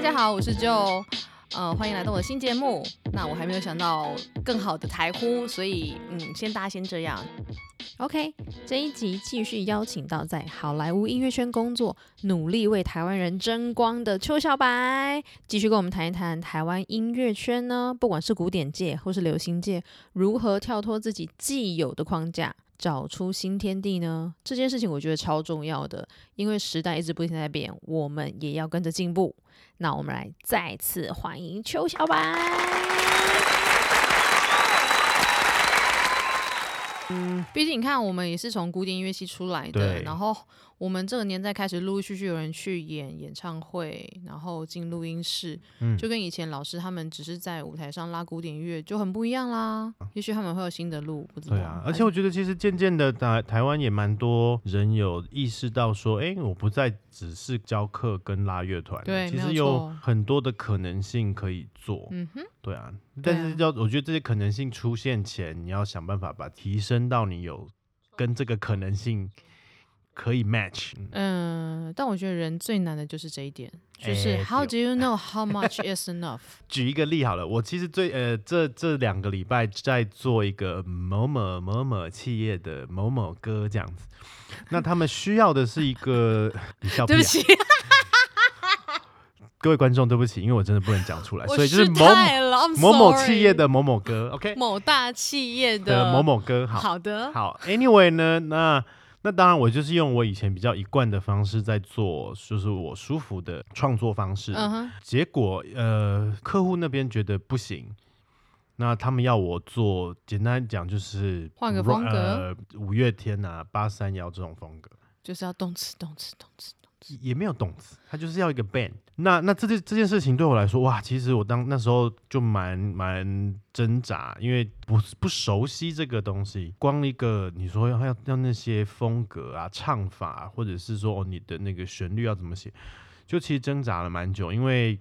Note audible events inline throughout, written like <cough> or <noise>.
家好，我是就，呃，欢迎来到我的新节目。那我还没有想到更好的台呼，所以嗯，先大家先这样。 OK，这一集继续邀请到在好莱坞音乐圈工作、努力为台湾人争光的邱小白，继续跟我们谈一谈台湾音乐圈呢，不管是古典界或是流行界，如何跳脱自己既有的框架，找出新天地呢？这件事情我觉得超重要的，因为时代一直不停在变，我们也要跟着进步。那我们来再次欢迎邱小白。毕竟你看，我们也是从古典音乐系出来的，对然后我们这个年代开始陆陆续续有人去演演唱会，然后进录音室，嗯就跟以前老师他们只是在舞台上拉古典乐就很不一样啦。也许他们会有新的路，不知道。啊对啊，而且我觉得其实渐渐的台台湾也蛮多人有意识到说，哎、我不再只是教课跟拉乐团了，对其没有实有错很多的可能性可以做，嗯哼，对啊。对但啊是要我觉得这些可能性出现前，你要想办法把提升到你有跟这个可能性可以 match，嗯嗯、但我觉得人最难的就是这一点，就是、哎 How 对 do you know how much is enough？ <laughs> 举一个例好了，我其实最呃这这两个礼拜在做一个某某某某企业的某某歌这样子，那他们需要的是一个， <laughs> 你笑屁对不啊起，各位观众，对不起，因为我真的不能讲出来，我所以就是失某态了，I'm 某某某 sorry 企业的某某歌，OK 某大企业的的某某歌，好好的，好，Anyway 呢，那那当然我就是用我以前比较一贯的方式在做，就是我舒服的创作方式，嗯哼，结果呃，客户那边觉得不行，那他们要我做，简单讲就是换个风格呃，五月天啊、八三幺这种风格，就是要动词动词动词。也也没有动词，他就是要一个 band。那那这件这件事情对我来说，哇，其实我当那时候就蛮蛮挣扎，因为不不熟悉这个东西，光一个你说要要要那些风格啊、唱法啊、或者是说哦你的那个旋律要怎么写，就其实挣扎了蛮久，因为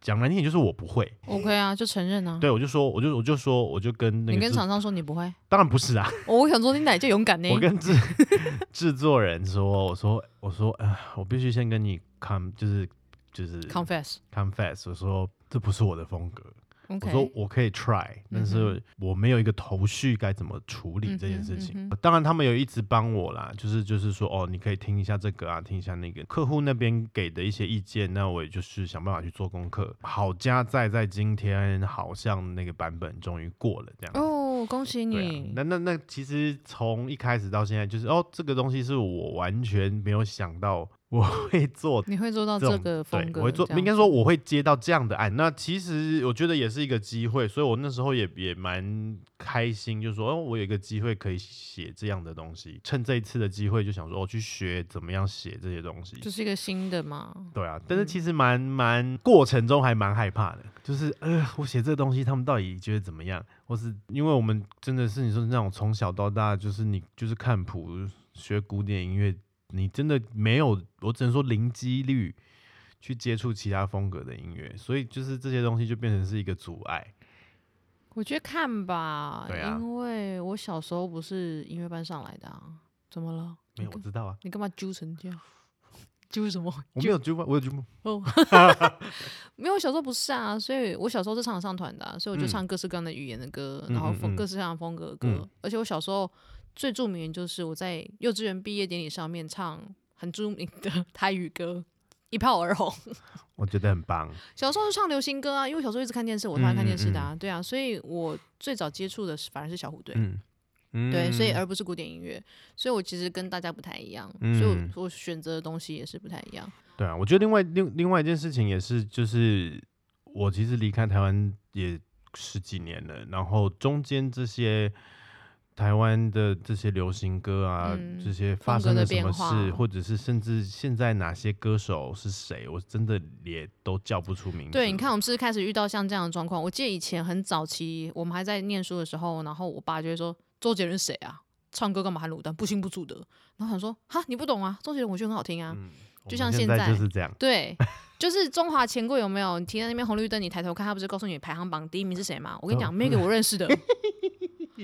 讲难听点就是我不会， OK 啊，就承认啊。哎对我就说我就我就说我就跟那你个跟制厂商说你不会，当然不是啊，哦我想说你哪就勇敢呢？<laughs> 我跟制 <laughs> 制作人说，我说我说啊、我必须先跟你 com 就是就是 confess。 confess，我说这不是我的风格。我 OK，说我可以 try，但嗯是我没有一个头绪该怎么处理这件事情。嗯哼嗯当然，他们有一直帮我啦，就是就是说，哦，你可以听一下这个啊，听一下那个。客户那边给的一些意见，那我也就是想办法去做功课。好家在在今天好像那个版本终于过了这样子。哦，恭喜对啊你。那那那其实从一开始到现在，就是哦，这个东西是我完全没有想到我会做你会做到这这种个对风，格，我会做，这样应该说我会接到这样的案。那其实我觉得也是一个机会，所以我那时候也也蛮开心，就说，哦，我有一个机会可以写这样的东西，趁这一次的机会就想说，我、哦、去学怎么样写这些东西。就是一个新的嘛。对啊，但是其实蛮蛮过程中还蛮害怕的，就是呃，我写这东西他们到底觉得怎么样？或是因为我们真的是你说那种从小到大就是你就是看谱学古典音乐，你真的没有，我只能说零几率去接触其他风格的音乐，所以就是这些东西就变成是一个阻碍。我觉得看吧，对啊因为我小时候不是音乐班上来的啊，怎么了？没有，你我干知道啊，你干嘛揪成这样？ <laughs> 揪什么？我没有追吗？我有追吗？哦，没有，我小时候不是啊，所以我小时候是唱上团的啊、所以我就嗯唱各式各样的语言的歌，嗯然后嗯风嗯各式各样的风格的歌，嗯而且我小时候最著名的就是我在幼稚园毕业典礼上面唱很著名的 <laughs> 台语歌。一炮而红。我觉得很棒，小时候就唱流行歌啊，因为我小时候一直看电视，嗯我超爱看电视的啊，对啊，所以我最早接触的是反而是小虎队，嗯嗯对，所以而不是古典音乐，所以我其实跟大家不太一样，嗯所以我我选择的东西也是不太一样。对啊，我觉得另外另另外一件事情也是，就是我其实离开台湾也十几年了，然后中间这些台湾的这些流行歌啊，嗯这些风发格生的了什变么化哦事，或者是甚至现在哪些歌手是谁，我真的也都叫不出名字。对，你看，我们是不是开始遇到像这样的状况。我记得以前很早期，我们还在念书的时候，然后我爸就会说：“周杰伦是谁啊？唱歌干嘛喊卤蛋？不清不楚的。”然后想说：“哈，你不懂啊，周杰伦我觉得很好听啊。嗯，我就们像现现在就是这样，对，就是中华钱柜有没有？你停在那边红绿灯，你抬头看，他不是告诉你排行榜第一名是谁吗？我跟你讲，哦没给我认 <laughs> 识的。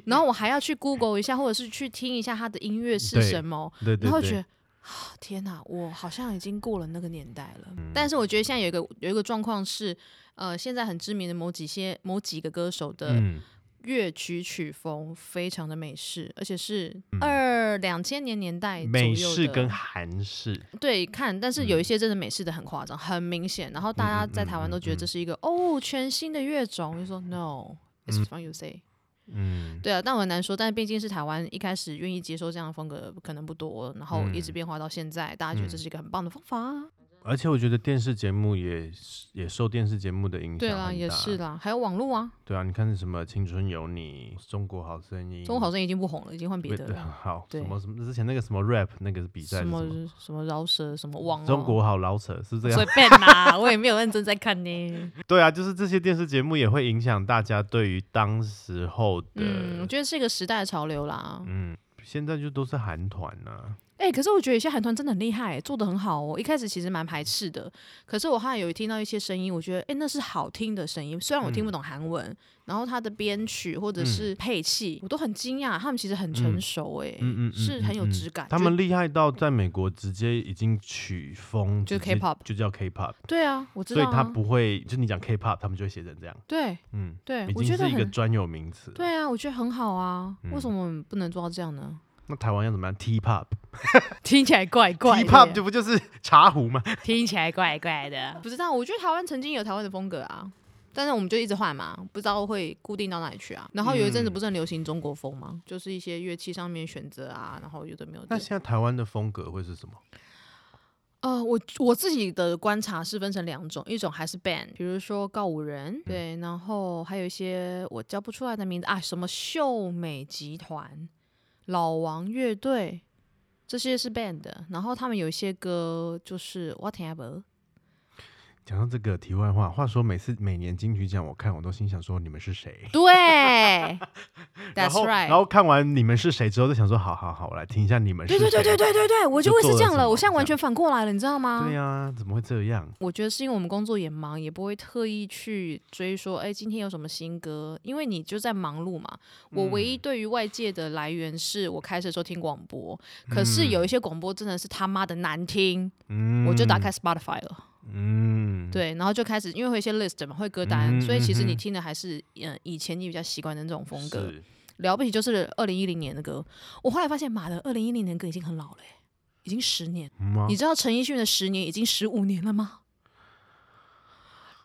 然后我还要去 Google 一下，或者是去听一下他的音乐是对什么，对对然后觉对得。啊天哪，我好像已经过了那个年代了。嗯但是我觉得现在有一个有一个状况是，呃，现在很知名的某几些某几个歌手的嗯，乐曲曲风非常的美式，而且是二两千年年代哎左嗯美右式的跟韩式，对看，但是嗯有一些真的美式的很夸张，很明显。然后大家在台湾都觉得嗯这是一个、哦全新的乐种，我就说 no，it's from USA。嗯，对啊，但我很难说，但毕竟是台湾一开始愿意接受这样的风格可能不多，然后一直嗯变化到现在，大家觉得这嗯是一个很棒的方法啊。而且我觉得电视节目也是也受电视节目的影响很大，对啦，也是啦，还有网络啊，对啊，你看什么《青春有你》《中国好声音》 《 《中国好声音》已经不红了，已经换别的对，了。 <laughs> 好，对什么什么之前那个什么 rap 那个比赛什是么什么饶舌什么网、哦中国好老扯是这随样， <laughs> 便啦，我也没有认真在看呢。对啊，就是这些电视节目也会影响大家对于当时候的，嗯，我觉得是一个时代的潮流啦。嗯现在就都是韩团呐，哎、可是我觉得有些韩团真的很厉害、做的很好哦。一开始其实蛮排斥的，可是我后来有听到一些声音，我觉得哎、诶那是好听的声音。虽然我嗯听不懂韩文，然后它的编曲或者是配器，我都很惊讶，他们其实很成熟、哎、嗯嗯嗯是很有嗯嗯质感。他就们厉害到在美国直接已经曲风就直接 K-pop 就叫 K-pop，对啊，我知所道、以啊，他不会就你讲 K-pop，他们就会写成这样，对嗯，对已，我觉经得是一个很专有名词。，对啊，我觉得很好啊。为嗯什么我们不能做到这样呢？ <laughs> 那台湾要怎么样？T-pop，T-pop 听起来怪怪的耶就不就是茶壶吗？听起来怪怪的。不知道，我觉得台湾曾经有台湾的风格啊，但是我们就一直换嘛，不知道会固定到哪里去啊。然后有一阵子嗯不是很流行中国风吗？就是一些乐器上面选择啊，然后有的没有那的。现在台湾的风格会是什么？呃，我我自己的观察是分成两种，一种还是 band，比如说告五人，对，然后还有一些我叫不出来的名字啊，什么秀美集团、老王乐队，这些是 band 的。然后他们有一些歌就是我听不懂。讲到这个题外话，话说每次每年金曲奖，我看我都心想说你们是 <laughs> 谁对然，That's 后 right。然后看完你们是谁之后，就想说好好好，我来听一下你们是对谁。对对对对对对，我就就会是这做了样什了。么我现在这完样全反过来了，你知道吗？对呀、怎么会这样？我觉得是因为我们工作也忙，也不会特意去追说，哎，今天有什么新歌？因为你就在忙碌嘛。我唯嗯一对于外界的来源是我开始的时候听广播，可是有一些广播真的是他妈的难听，嗯，我就打开，Spotify 了。嗯，，对，然后就开始因为会有一些 list 嘛，会歌单，嗯所以其实你嗯哼听的还是嗯、呃以前你比较习惯的那种风格。是，了不起就是二零一零年的歌。我后来发现，妈的，二零一零年的歌已经很老了欸、已经十年。嗯吗你知道陈奕迅的《十年》已经十五年了吗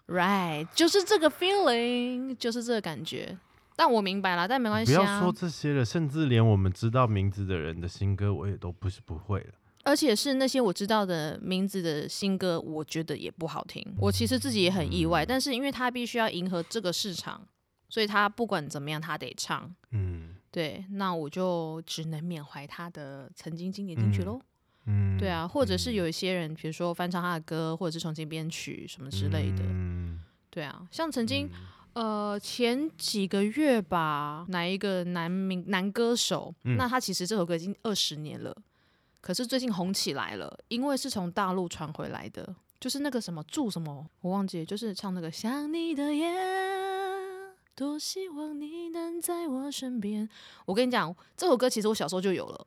？Right，就是这个 feeling，就是这个感觉。但我明白啦，但没关不系要啊说。这些了，甚至连我们知道名字的人的新歌，我也都不是不会了。而且是那些我知道的名字的新歌，我觉得也不好听。我其实自己也很意嗯外，但是因为他必须要迎合这个市场，所以他不管怎么样，他得唱。嗯对，那我就只能缅怀他的曾经经典金曲嗯喽。嗯，对啊，或者是有一些人，比如说翻唱他的歌，或者是重新编曲什么之类的。嗯，对啊，像曾经、呃前几个月吧，哪一个男名男歌手，嗯那他其实这首歌已经二十年了，可是最近红起来了，因为是从大陆传回来的，就是那个什么祝什么，我忘记了，就是唱那个想你的夜。多希望你能在我身边。我跟你讲，这首歌其实我小时候就有了，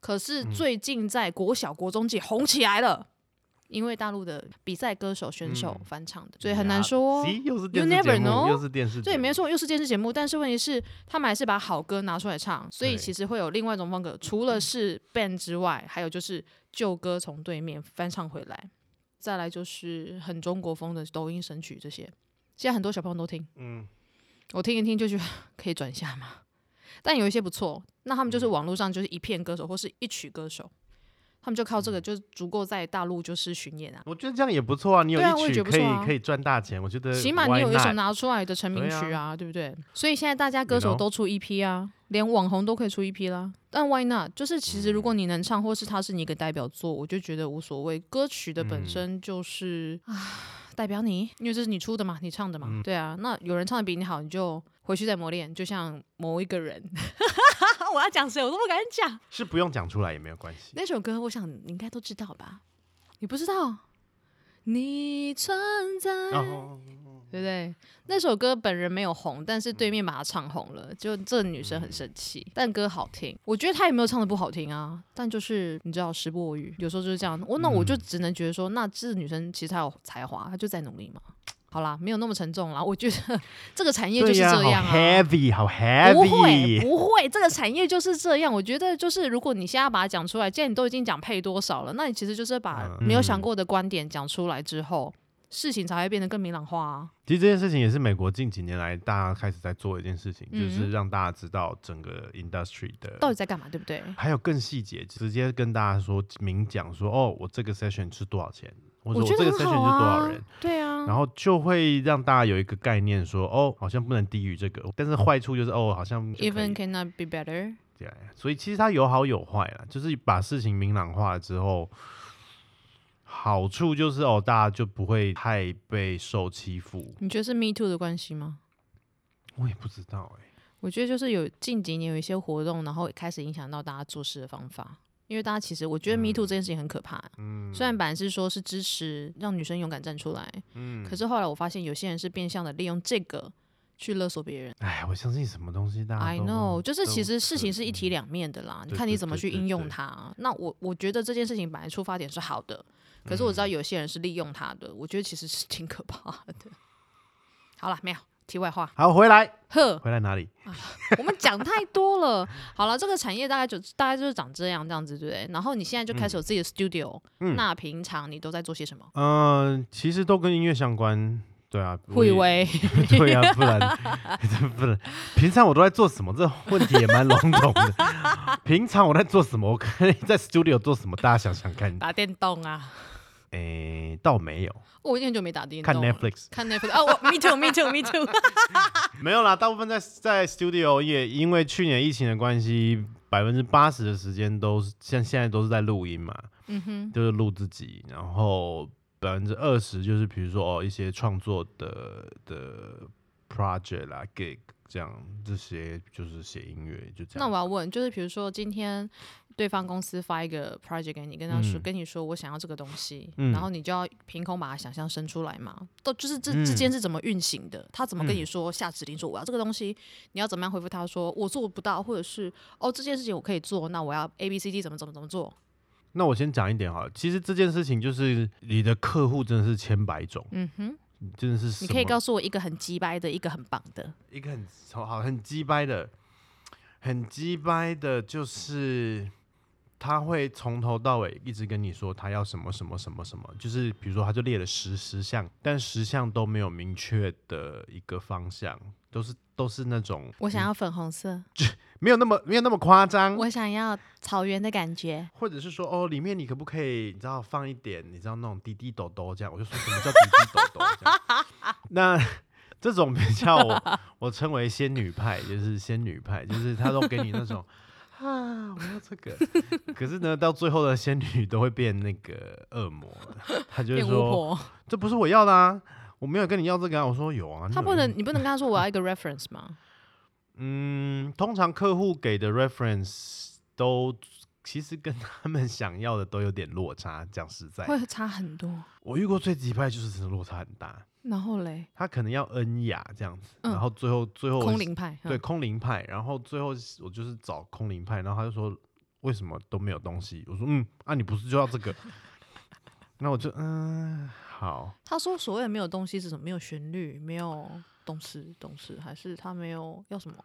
可是嗯最近在国小、国中界红起来了，因为大陆的比赛歌手、选手嗯翻唱的，所以很难说哦。咦又是电视 never 节目 know 又是电视节目，这也没错，又是电视节目，但是问题是，他们还是把好歌拿出来唱，所以对嗯其实会有另外一种风格，除了是 band 之外，还有就是旧歌从对面翻唱回来，再来就是很中国风的抖音神曲这些，现在很多小朋友都听，嗯，我听一听就觉得 <laughs> 可以转一下嘛，但有一些不错，那他们嗯就是网络上就是一片歌手或是一曲歌手，他们就靠这嗯个就足够在大陆就是巡演啊，我觉得这样也不错啊，你有对啊我一也觉得不曲可以、错啊可以赚大钱，我觉得起码你有一 why 首 not？拿出来的成名曲对啊，对不对？所以现在大家歌手 You know 都出 EP 啊，连网红都可以出 EP 啦。但 Why not？就是其实如嗯果你能唱，或是它是你一个代表作，我就觉得无所谓。歌曲的本嗯身就是、啊，代表你，因为这是你出的嘛，你唱的嘛，嗯对啊。那有人唱的比你好，你就回去再磨练。就像某一个人， <laughs> 我要讲谁我都不敢讲。是不用讲出来也没有关系。那首歌，我想你应该都知道吧？你不知道？你存在。然后对不对？那首歌本人没有红，但是对面把它唱红了，就这女生很生气。嗯但歌好听，我觉得她也没有唱的不好听啊，但就是你知道时不我与，有时候就是这样。我那我就嗯只能觉得说，那这女生其实她有才华，她就在努力嘛。好啦，没有那么沉重啦。我觉得这个产业就是对这呀样好啊。 heavy，好不会， heavy，不会，这个产业就是这样。我觉得就是，如果你现在把它讲出来，既然你都已经讲配多少了，那你其实就是把嗯没有想过的观点讲出来之后，事情才会变得更明朗化啊。其实这件事情也是美国近几年来大家开始在做的一件事情，嗯就是让大家知道整个 industry 的到底在干嘛，对不对？还有更细节，直接跟大家说明讲说，哦，我这个 session 是多少钱，或者我我觉这得个很 session 是好多啊少人，，对啊，然后就会让大家有一个概念说，哦，好像不能低于这个，但是坏处就是，哦，好像就可以 even cannot be better。对，所以其实它有好有坏啦，就是把事情明朗化之后，好处就是哦，大家就不会太被受欺负。你觉得是 Me Too 的关系吗？我也不知道哎、我觉得就是有近几年有一些活动，然后开始影响到大家做事的方法。因为大家其实，我觉得 Me Too 这件事情很可怕。嗯虽然本来是说是支持让女生勇敢站出来，嗯可是后来我发现有些人是变相的利用这个去勒索别人。哎，我相信什么东西大家 I 都 know，就是其实事情可嗯是一体两面的啦，你对看你对怎么对去对应用对它。那我我觉得这件事情本来出发点是好的，可是我知嗯道有些人是利用它的，我觉得其实是挺可怕的。 <laughs> 好了，没有题外话，好回来呵，回来哪里？我们讲太多了。好了，这个产业大概就大概就是长这样这样子，对不对？然后你现在就开始有自己的 studio，、嗯那平常你都在做些什么？嗯、其实都跟音乐相关。对啊，我不以也为 <laughs> 对啊，不然 <laughs> 不然，平常我都在做什么？这问题也蛮笼统的。平常我在做什么？我可以在 studio 做什么？大家想想看。 <laughs> 打电动啊，哎、倒没有，我已经很久没打电看动了。 Netflix 看 Netflix 啊，我 me too me too me too， <laughs> 没有啦，大部分在在 studio 也因为去年疫情的关系，百分之八十的时间都是像现在都是在录音嘛，嗯哼，就是录自己，然后百分之二十就是比如说哦一些创作的的 project 啦 gig 这样这些就是写音乐就这那样。我要问，就是比如说今天对方公司发一个 project 给你，跟他说、嗯跟你说我想要这个东西，嗯然后你就要凭空把它想象生出来嘛。都就是这嗯之间是怎么运行的？他怎么跟嗯你说下指令说我要这个东西？你要怎么样回复他说我做不到，或者是哦这件事情我可以做，那我要 A B C D 怎么怎么怎么做？那我先讲一点好了，其实这件事情就是你的客户真的是千百种，嗯哼，真的是什你么可以告诉我一个很鸡掰的，一个很棒的。一个很好好很鸡掰的，很鸡掰的，就是他会从头到尾一直跟你说他要什么什么什么什么，就是比如说他就列了十十项，但十项都没有明确的一个方向，都是都是那种我想要粉红色，没有那么没有那么夸张，我想要草原的感觉。或者是说哦，里面你可不可以，你知道放一点，你知道那种滴滴抖抖这样，我就说什么叫滴滴抖抖这样。那这种比较我我称为仙女派，就是仙女派，就是他都给你那种啊，我要这个。可是呢，到最后的仙女都会变那个恶魔，他就会变巫说 <laughs> 婆，这不是我要的啊，我没有跟你要这个啊。我说有啊，你他有不跟能，你不能跟他说我要一个 reference 吗？ <laughs> 嗯，通常客户给的 reference 都其实跟他们想要的都有点落差。讲实在，会差很多。我遇过最急派就是真的落差很大，然后嘞，他可能要恩雅这样子，嗯然后最后最后我空是灵派，嗯，对空灵派，然后最后我就是找空灵派，然后他就说为什么都没有东西？我说嗯啊，你不是就要这个？ <laughs> 那我就嗯好，他说所谓的没有东西是什么？没有旋律，没有动词，动词还是他没有要什么？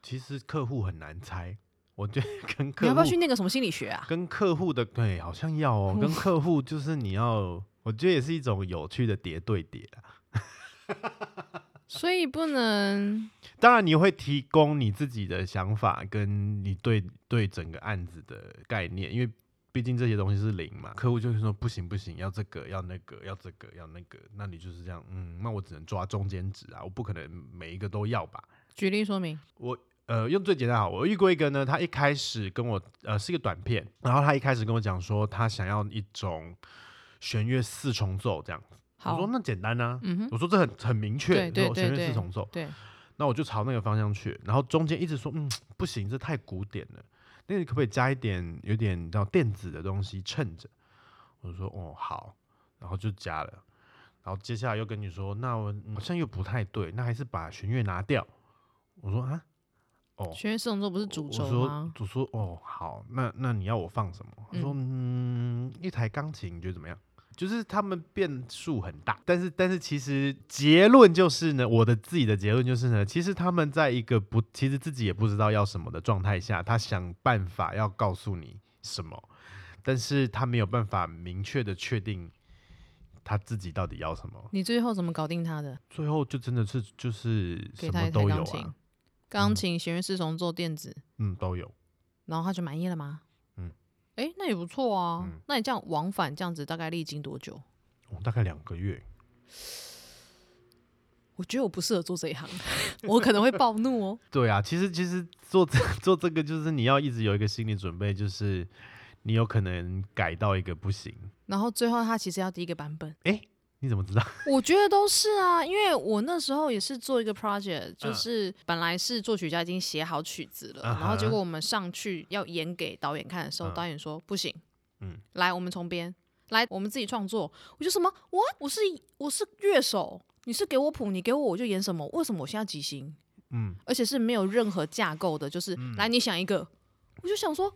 其实客户很难猜，我觉得跟客户你要不要去那个什么心理学啊？跟客户的对，好像要哦， <laughs> 跟客户就是你要，我觉得也是一种有趣的叠对叠啊啦。所以不能当然，你会提供你自己的想法，跟你对对整个案子的概念，因为毕竟这些东西是零嘛。客户就是说不行不行，要这个要那个要这个要那个，那你就是这样，嗯，那我只能抓中间值啊，我不可能每一个都要吧。举例说明。我呃用最简单好，我遇过一个呢，他一开始跟我呃是一个短片，然后他一开始跟我讲说他想要一种弦乐四重奏这样，我好说，那简单啊，嗯哼，我说这很很明对确，对说对弦乐对四重奏，对，那我就朝那个方向去，然后中间一直说嗯不行，这太古典了，那你可不可以加一点有点叫电子的东西衬着？我就说哦好，然后就加了。然后接下来又跟你说，那我、嗯好像又不太对，那还是把弦乐拿掉。我说啊，哦，弦乐四重奏不是主轴我说吗？我说哦，好，那那你要我放什么？他说嗯，一台钢琴，你觉得怎么样？就是他们变数很大，但是但是其实结论就是呢，我的自己的结论就是呢，其实他们在一个不，其实自己也不知道要什么的状态下，他想办法要告诉你什么，但是他没有办法明确的确定他自己到底要什么，你最后怎么搞定他的？最后就真的是就是给什他么一台都有钢琴啊，，钢琴、弦乐四重奏、电子，嗯，都有。然后他就满意了吗？嗯，哎，那也不错啊。嗯那你这样往返这样子，大概历经多久？哦大概两个月，我觉得我不适合做这一行， <laughs> 我可能会暴怒哦。对啊，其实其实做这 <laughs> 做这个，就是你要一直有一个心理准备，就是你有可能改到一个不行。然后最后他其实要第一个版本，你怎么知道？我觉得都是啊，因为我那时候也是做一个 project，就嗯是本来是作曲家已经写好曲子了，啊哈然后结果我们上去要演给导演看的时候，嗯导演说不行，嗯来我们重编，来我们自己创作。我就什么我我是我是乐手，你是给我谱，你给我我就演什么？为什么我现在即兴？嗯，而且是没有任何架构的，就是、来你想一个，我就想说，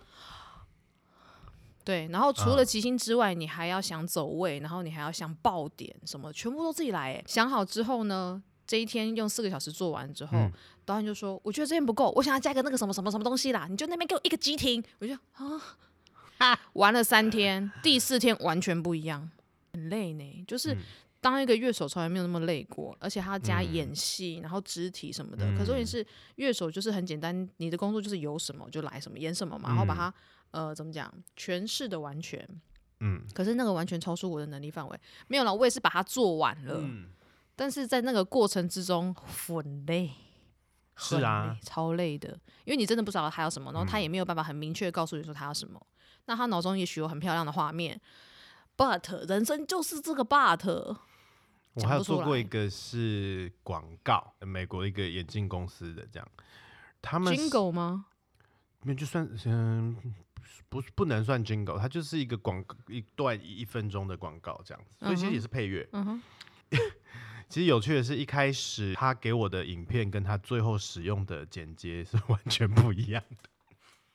对，然后除了啊即兴之外，你还要想走位，然后你还要想爆点什么，全部都自己来。欸想好之后呢，这一天用四个小时做完之后，嗯导演就说：“我觉得这边不够，我想要加一个那个什么什么什么东西啦，你就那边给我一个急停。”我就啊，玩了三天，第四天完全不一样，很累呢，就是。当一个乐手从来没有那么累过，而且他加嗯演戏，然后肢体什么的。可是问题嗯是，乐手就是很简单，你的工作就是有什么就来什么，演什么嘛，然后把嗯它、呃怎么讲诠释的完全。嗯可是那个完全超出我的能力范围，没有了，我也是把它做完了，嗯，但是在那个过程之中很累。 <laughs> 是很啊累超累的，因为你真的不知道他要什么，然后他嗯也没有办法很明确地告诉你说他要什么。那他脑中也许有很漂亮的画面，but 人生就是这个 but，我讲还有不出做过来一个是广告，美国一个眼镜公司的这样，他们是 Jingle 吗？没有就算嗯，不不能算 jingle，它就是一个广告一段一一分钟的广告这样子，所以嗯其实哼也是配乐。嗯哼，其实有趣的是，一开始他给我的影片跟他最后使用的剪接是完全不一样。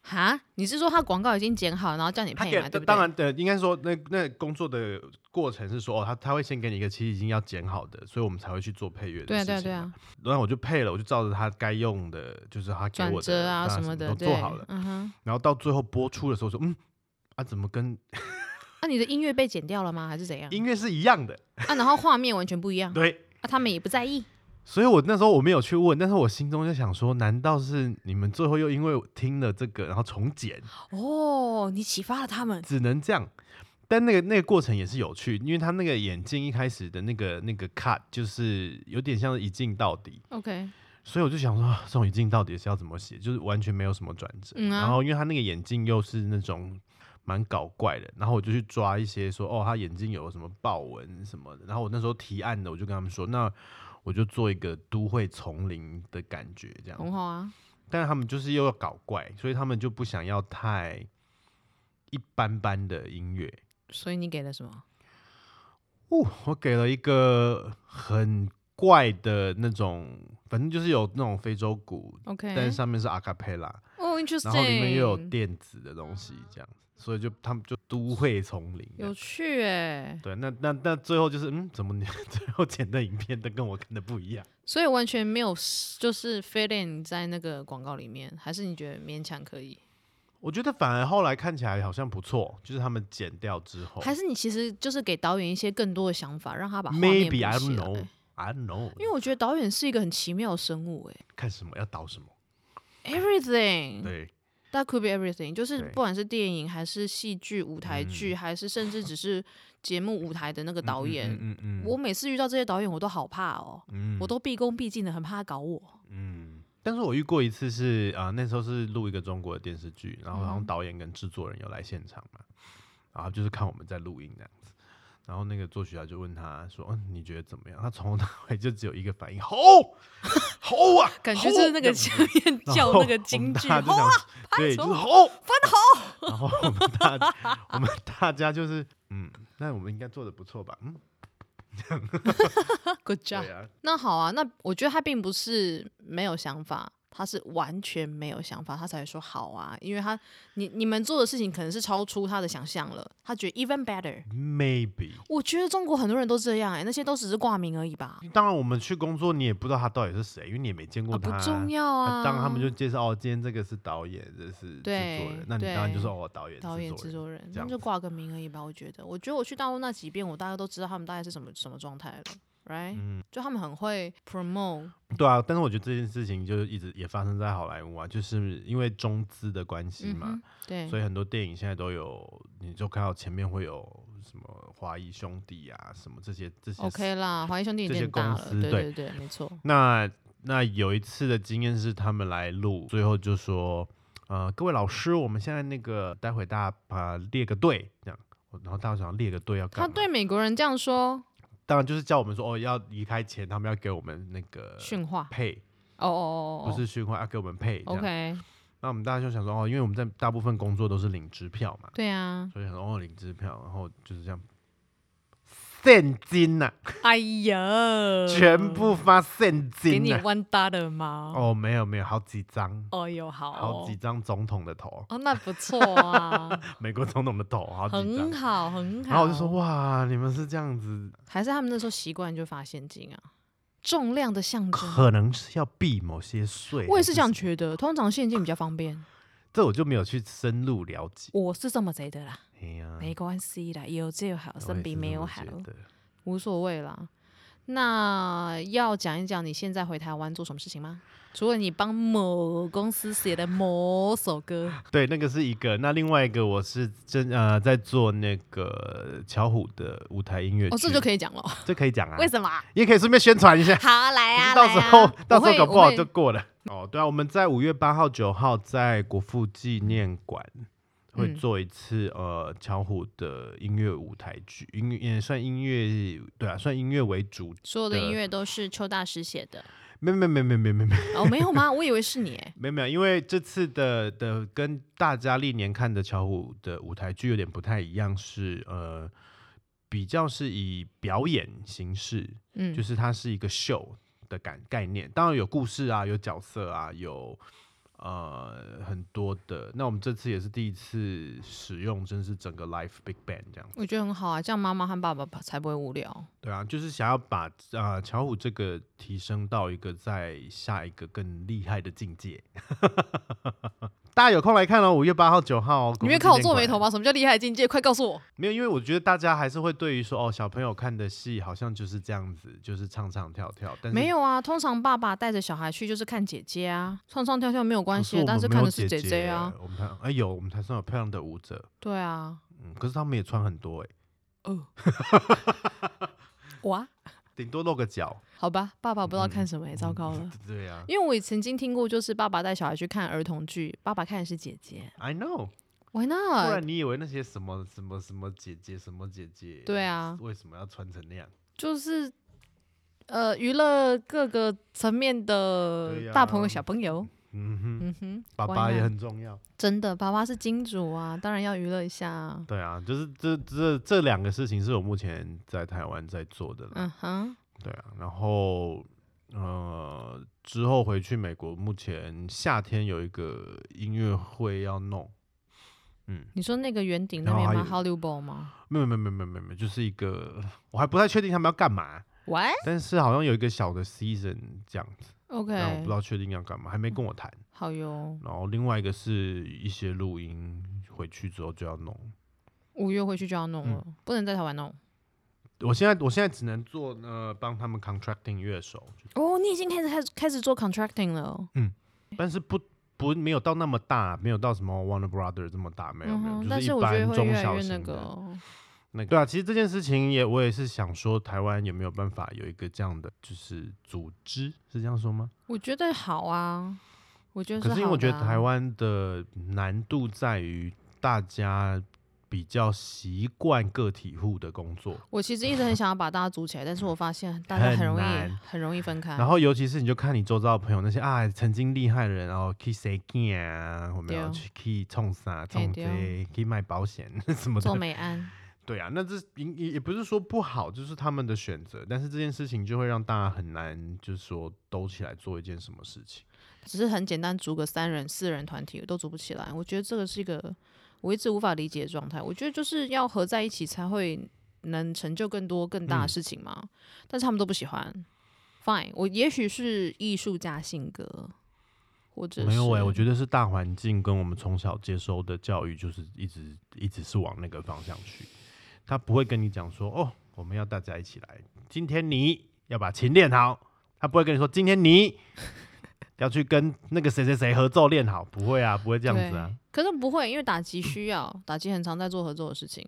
哈，你是说他广告已经剪好，然后叫你他配给嘛？对不对？当然呃，应该说那那工作的过程是说，哦，他他会先给你一个其实已经要剪好的，所以我们才会去做配乐的对啊，事情对嘛。啊，对啊，然后我就配了，我就照着他该用的，就是他给转我折的啊那什么的，都对，做好了。嗯哼，然后到最后播出的时候说，嗯，啊，怎么跟那、你的音乐被剪掉了吗？还是怎样？音乐是一样的？啊，然后画面完全不一样，对，啊，他们也不在意。所以我那时候我没有去问，但是我心中就想说，难道是你们最后又因为我听了这个，然后重剪，哦，你启发了他们。只能这样？但那个那个过程也是有趣，因为他那个眼镜一开始的那个那个 cut 就是有点像是一镜到底， OK，所以我就想说，啊这种一镜到底是要怎么写，就是完全没有什么转折。嗯啊然后因为他那个眼镜又是那种蛮搞怪的，然后我就去抓一些说，哦，他眼睛有什么豹纹什么的。然后我那时候提案的，我就跟他们说，那我就做一个都会丛林的感觉这样。很好啊。但是他们就是又要搞怪，所以他们就不想要太一般般的音乐。所以你给了什么？哦，我给了一个很怪的那种，反正就是有那种非洲鼓 OK，但是上面是阿卡贝拉，哦，interesting，然后里面又有电子的东西，这样，所以就他们就都会丛林这有样。趣哎，对，那那那最后就是，嗯，怎么你 <laughs> 最后剪的影片都跟我看的不一样？所以完全没有就是 fit in 在那个广告里面，还是你觉得勉强可以？我觉得反而后来看起来好像不错，就是他们剪掉之后还是你其实就是给导演一些更多的想法，让他把画面补，maybe I 起 don't 来 know，I don't know，因为我觉得导演是一个很奇妙的生物哎看什么要导什么， ，everything，对， That could be everything，就是对嗯不管是电影还是戏剧、舞台剧，还是甚至只是节目舞台的那个导演，嗯嗯，我每次遇到这些导演，我都好怕哦，嗯我都毕恭毕敬的，很怕他搞我。嗯，但是我遇过一次是啊、呃那时候是录一个中国的电视剧，然后好像导演跟制作人有来现场嘛，然后就是看我们在录音这样子，然后那个作曲家就问他说：“嗯，你觉得怎么样？”他从头到尾就只有一个反应：“吼， <laughs> 吼啊！”感觉吼就是那个这样下面 <laughs> 然叫后那个我们京剧，大家就吼想啊对，手就是吼，翻吼。然后 <laughs> 我们大我们大家就是嗯，那我们应该做的不错吧？嗯， Good job 对。啊，那好啊，那我觉得他并不是没有想法，他是完全没有想法，他才说好啊，因为他你你们做的事情可能是超出他的想象了，他觉得 even better。 maybe。我觉得中国很多人都这样哎、那些都只是挂名而已吧，当然，我们去工作，你也不知道他到底是谁，因为你也没见过啊他。不重要啊。当然他们就介绍哦，今天这个是导演，这是制作对人，那你当然对就是哦，导演、导演、制制作人。作人，这他样们子就挂个名而已吧。我觉得，我觉得我去大陆那几遍，我大概都知道他们大概是什么什么状态了，right？、嗯，就他们很会 promote，对啊，但是我觉得这件事情就是一直也发生在好莱坞啊，就是因为中资的关系嗯嘛，哼，对，所以很多电影现在都有，你就看到前面会有什么华谊兄弟啊，什么这些这些 OK 啦，华谊兄弟已这些经大公了，司对对对对，没错，那那有一次的经验是，他们来录，最后就说，呃，各位老师，我们现在那个待会大家把列个队，这样。我然后大家想列个队要他干嘛？哦对美国人这样说，当然就是叫我们说，哦，要离开前，他们要给我们那个训话，配，哦哦哦哦，不是训话，要给我们配。这样 OK，那我们大家就想说，哦，因为我们在大部分工作都是领支票嘛，对啊，所以想说，哦，领支票，然后就是这样，现金呐、哎呀，全部发现呃给金你呐、 one dollar 吗？哦，没有没有，好几张，哦哟，好好哦几，张总统的头，哦那不错啊，美国总统的头， <laughs> 好几张很。好很好。嗯然后我就说，哇，你们是这样子，还是他们那时候习惯就发现金啊，重量的象征。可能是要避某些税。我也是这样还什么，觉得，通常现金比较方便，这我就没有去深入了解。我是这么觉得啦，哎呀，没关系啦，有就好，我生也比是这没有么好觉，得无所谓啦。那要讲一讲你现在回台湾做什么事情吗？除了你帮某公司写的某首歌，对，那个是一个。那另外一个，我是真呃在做那个巧虎的舞台音乐剧，哦，这就可以讲了，以，这可以讲啊为，什么？也可以顺便宣传一下。好， <laughs> 来啊， <laughs> 到来时啊候、到时我会候搞不好我会就过了。哦，对啊，我们在五月八号、九号在国父纪念馆会嗯做一次、呃巧虎的音乐舞台剧，音乐也算音乐，对啊，算音乐为主。所有的音乐都是邱大师写的。没没没没没没没哦，没有吗？我以为是你欸。没没有，因为这次的的跟大家历年看的巧虎的舞台剧有点不太一样，是呃比较是以表演形式嗯，就是它是一个秀的感概念，当然有故事啊，有角色啊，有呃很多的。那我们这次也是第一次使用，真是整个 Life Big Band 这样子，我觉得很好啊，这样妈妈和爸爸才不会无聊。对啊，就是想要把呃巧虎这个提升到一个在下一个更厉害的境界。大家有空来看哦，五月八号、九号、哦。你没有看我做眉头？吗？什么叫厉害的境界？快告诉我！没有，因为我觉得大家还是会对于说哦，小朋友看的戏好像就是这样子，就是唱唱跳跳，但是没有啊，通常爸爸带着小孩去就是看姐姐啊，唱唱跳跳没有关可系，啊但我是们没看有的是姐姐啊。。我们台哎有，我们台上有漂亮的舞者，对啊，嗯，可是他们也穿很多哎、哦， <laughs> 哇，顶多露个脚。好吧，爸爸不知道看什么，也糟糕了。对啊因为我也曾经听过，就是爸爸带小孩去看儿童剧，爸爸看的是姐姐，I know， ，Why 不 not？然你以为那些什么什么什么姐姐什么姐姐，对啊为什么要穿成那样？就是呃，娱乐各个层面的对呀大朋友小朋友，嗯哼，嗯哼，爸 why 爸也 not？很重要。真的，爸爸是金主啊，当然要娱乐一下、啊。对啊，就是这这这两个事情是我目前在台湾在做的啦。嗯哼，对啊，然后呃之后回去美国，目前夏天有一个音乐会要弄，嗯，你说那个圆顶那然后边吗还？Hollywood Bowl 吗没有没有没有没有没有没有，就是一个我还不太确定他们要干嘛， ？What？但是好像有一个小的 season 这样子，但我不 OK，知道确定要干嘛，还没跟我谈。好哟。然后另外一个是一些录音，回去之后就要弄。五月回去就要弄嗯了，不能在台湾弄。我现在我现在只能做呃帮他们 contracting 乐手，哦，你已经开始开始开始做 contracting 了。哦但是不。不，没有到那么大，没有到什么 Warner Brother 这么大，没有没有，嗯哼就但是一是我觉得般会中越来小越型那的个。那个对啊，其实这件事情也我也是想说，台湾有没有办法有一个这样的就是组织，是这样说吗？我觉得好啊，我觉得可好是的啊、因为我觉得台湾的难度在于大家比较习惯个体户的工作，我其实一直很想要把大家组起来，但是我发现大家很很容易难很容易分开。然后尤其是你就看你周遭的朋友那些啊曾经厉害的人，然后去谁干啊，我们对要哦去去冲啥冲对哦这，去卖保险什么做的，美安，对啊，那这也也也不是说不好，就是他们的选择，但是这件事情就会让大家很难，就是说兜起来做一件什么事情。只是很简单组个三人、四人团体都组不起来。我觉得这个是一个我一直无法理解的状态。我觉得就是要合在一起才会能成就更多更嗯大的事情嘛。但是他们都不喜欢。Fine，我也许是艺术家性格，或者没有哎、我得觉得是大环境跟我们从小接收的教育，就是一直一直是往那个方向去。他不会跟你讲说，哦，我们要大家一起来，今天你要把琴练好。他不会跟你说，今天你 <laughs> 要去跟那个谁谁谁合奏练好，不会啊，不会这样子啊。。可是不会，因为打击需要，打击很常在做合作的事情。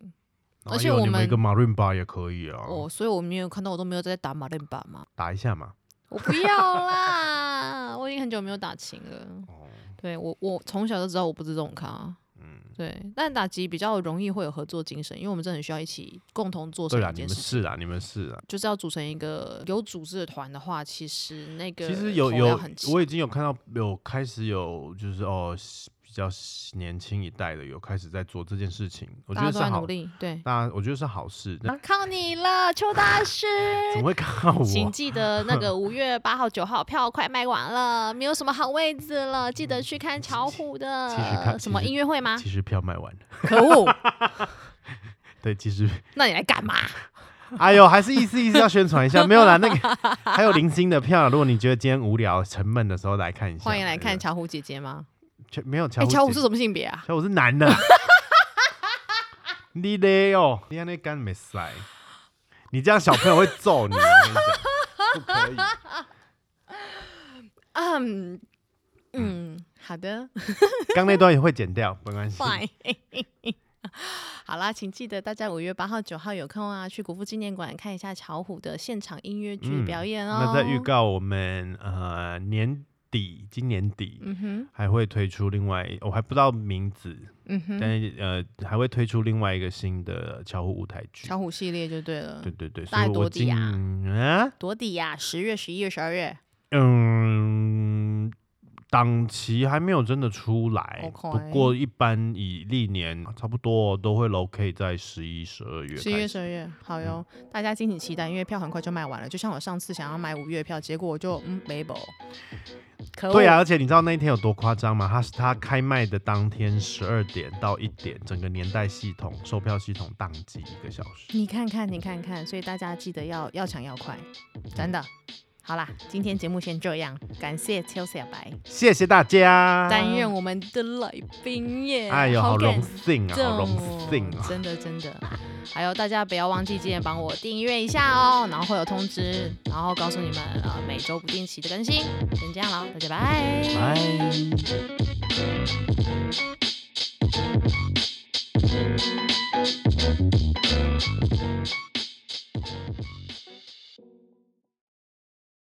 然后而且有我你们一个马润巴也可以啊，哦，所以我没有看到，我都没有在打马林巴嘛。打一下嘛。我不要啦，我已经很久没有打琴了。哦，对我，我从小就知道我不是这种咖。嗯，对，但打击比较容易会有合作精神，因为我们真的很需要一起共同做成对啊，一你件们事情。是啊，你们是啊。就是要组成一个有组织的团的话，其实那个其实有头要有很，齐我已经有看到有开始有就是哦比较年轻一代的有开始在做这件事情，我觉大家得都是在好努，力。对，大家我觉得是好事。那啊靠你了，邱大 <laughs> 师！怎么会看到请 <laughs> 我？记得那个五月八号、九号票快卖完了，没有什么好位置了，记得去看巧虎其实嗯看的其什么实音乐会吗？其实票卖完了，可恶！对，其实那你来干嘛？哎呦，还是意思意思要宣传一下，没有啦，那 <laughs> 个还有零星的票，如果你觉得今天无聊沉闷的时候来看一下，欢迎来看对巧虎姐姐吗？全没有哎，巧巧虎姐是什么性别啊？巧虎是男的，你嘞哦，你那干没塞，你这样小朋友会揍你，我跟你讲，不可以。嗯嗯，好的。 <laughs> 刚那段也会剪掉，没关系。 fine <laughs> 好啦，请记得大家五月八号、九号有空啊，去国父纪念馆看一下巧虎的现场音乐剧嗯表演哦。那在预，告我们呃年底，今年底嗯哼，还会推出另外，我还不知道名字，嗯哼，但是呃还会推出另外一个新的巧虎舞台剧。巧虎系列就对了。对对对，大概所以我多底今啊啊多底呀、十月、十一月、十二月，嗯。档期还没有真的出来 OK 不过一般以历年差不多都会 locate 在十一、十二月开始。嗯十一月、十二月，好哟，大家敬请期待，因为票很快就卖完了。就像我上次想要买五月票，结果我就嗯没 a 可恶对啊，，而且你知道那一天有多夸张吗？他是他开卖的当天十二点到一点，整个年代系统、售票系统宕机一个小时。你看看，你看看，所以大家记得要要抢要快，真的。好啦，今天节目先这样，感谢秋小白。谢谢大家，担任我们的来宾耶！啊哎呦，好好荣感幸啊，好动荣幸哦啊！真的真的。还有大家不要忘记，记得帮我订阅一下哦，然后会有通知，然后告诉你们呃每周不定期的更新。先这样了，大家拜。哎拜。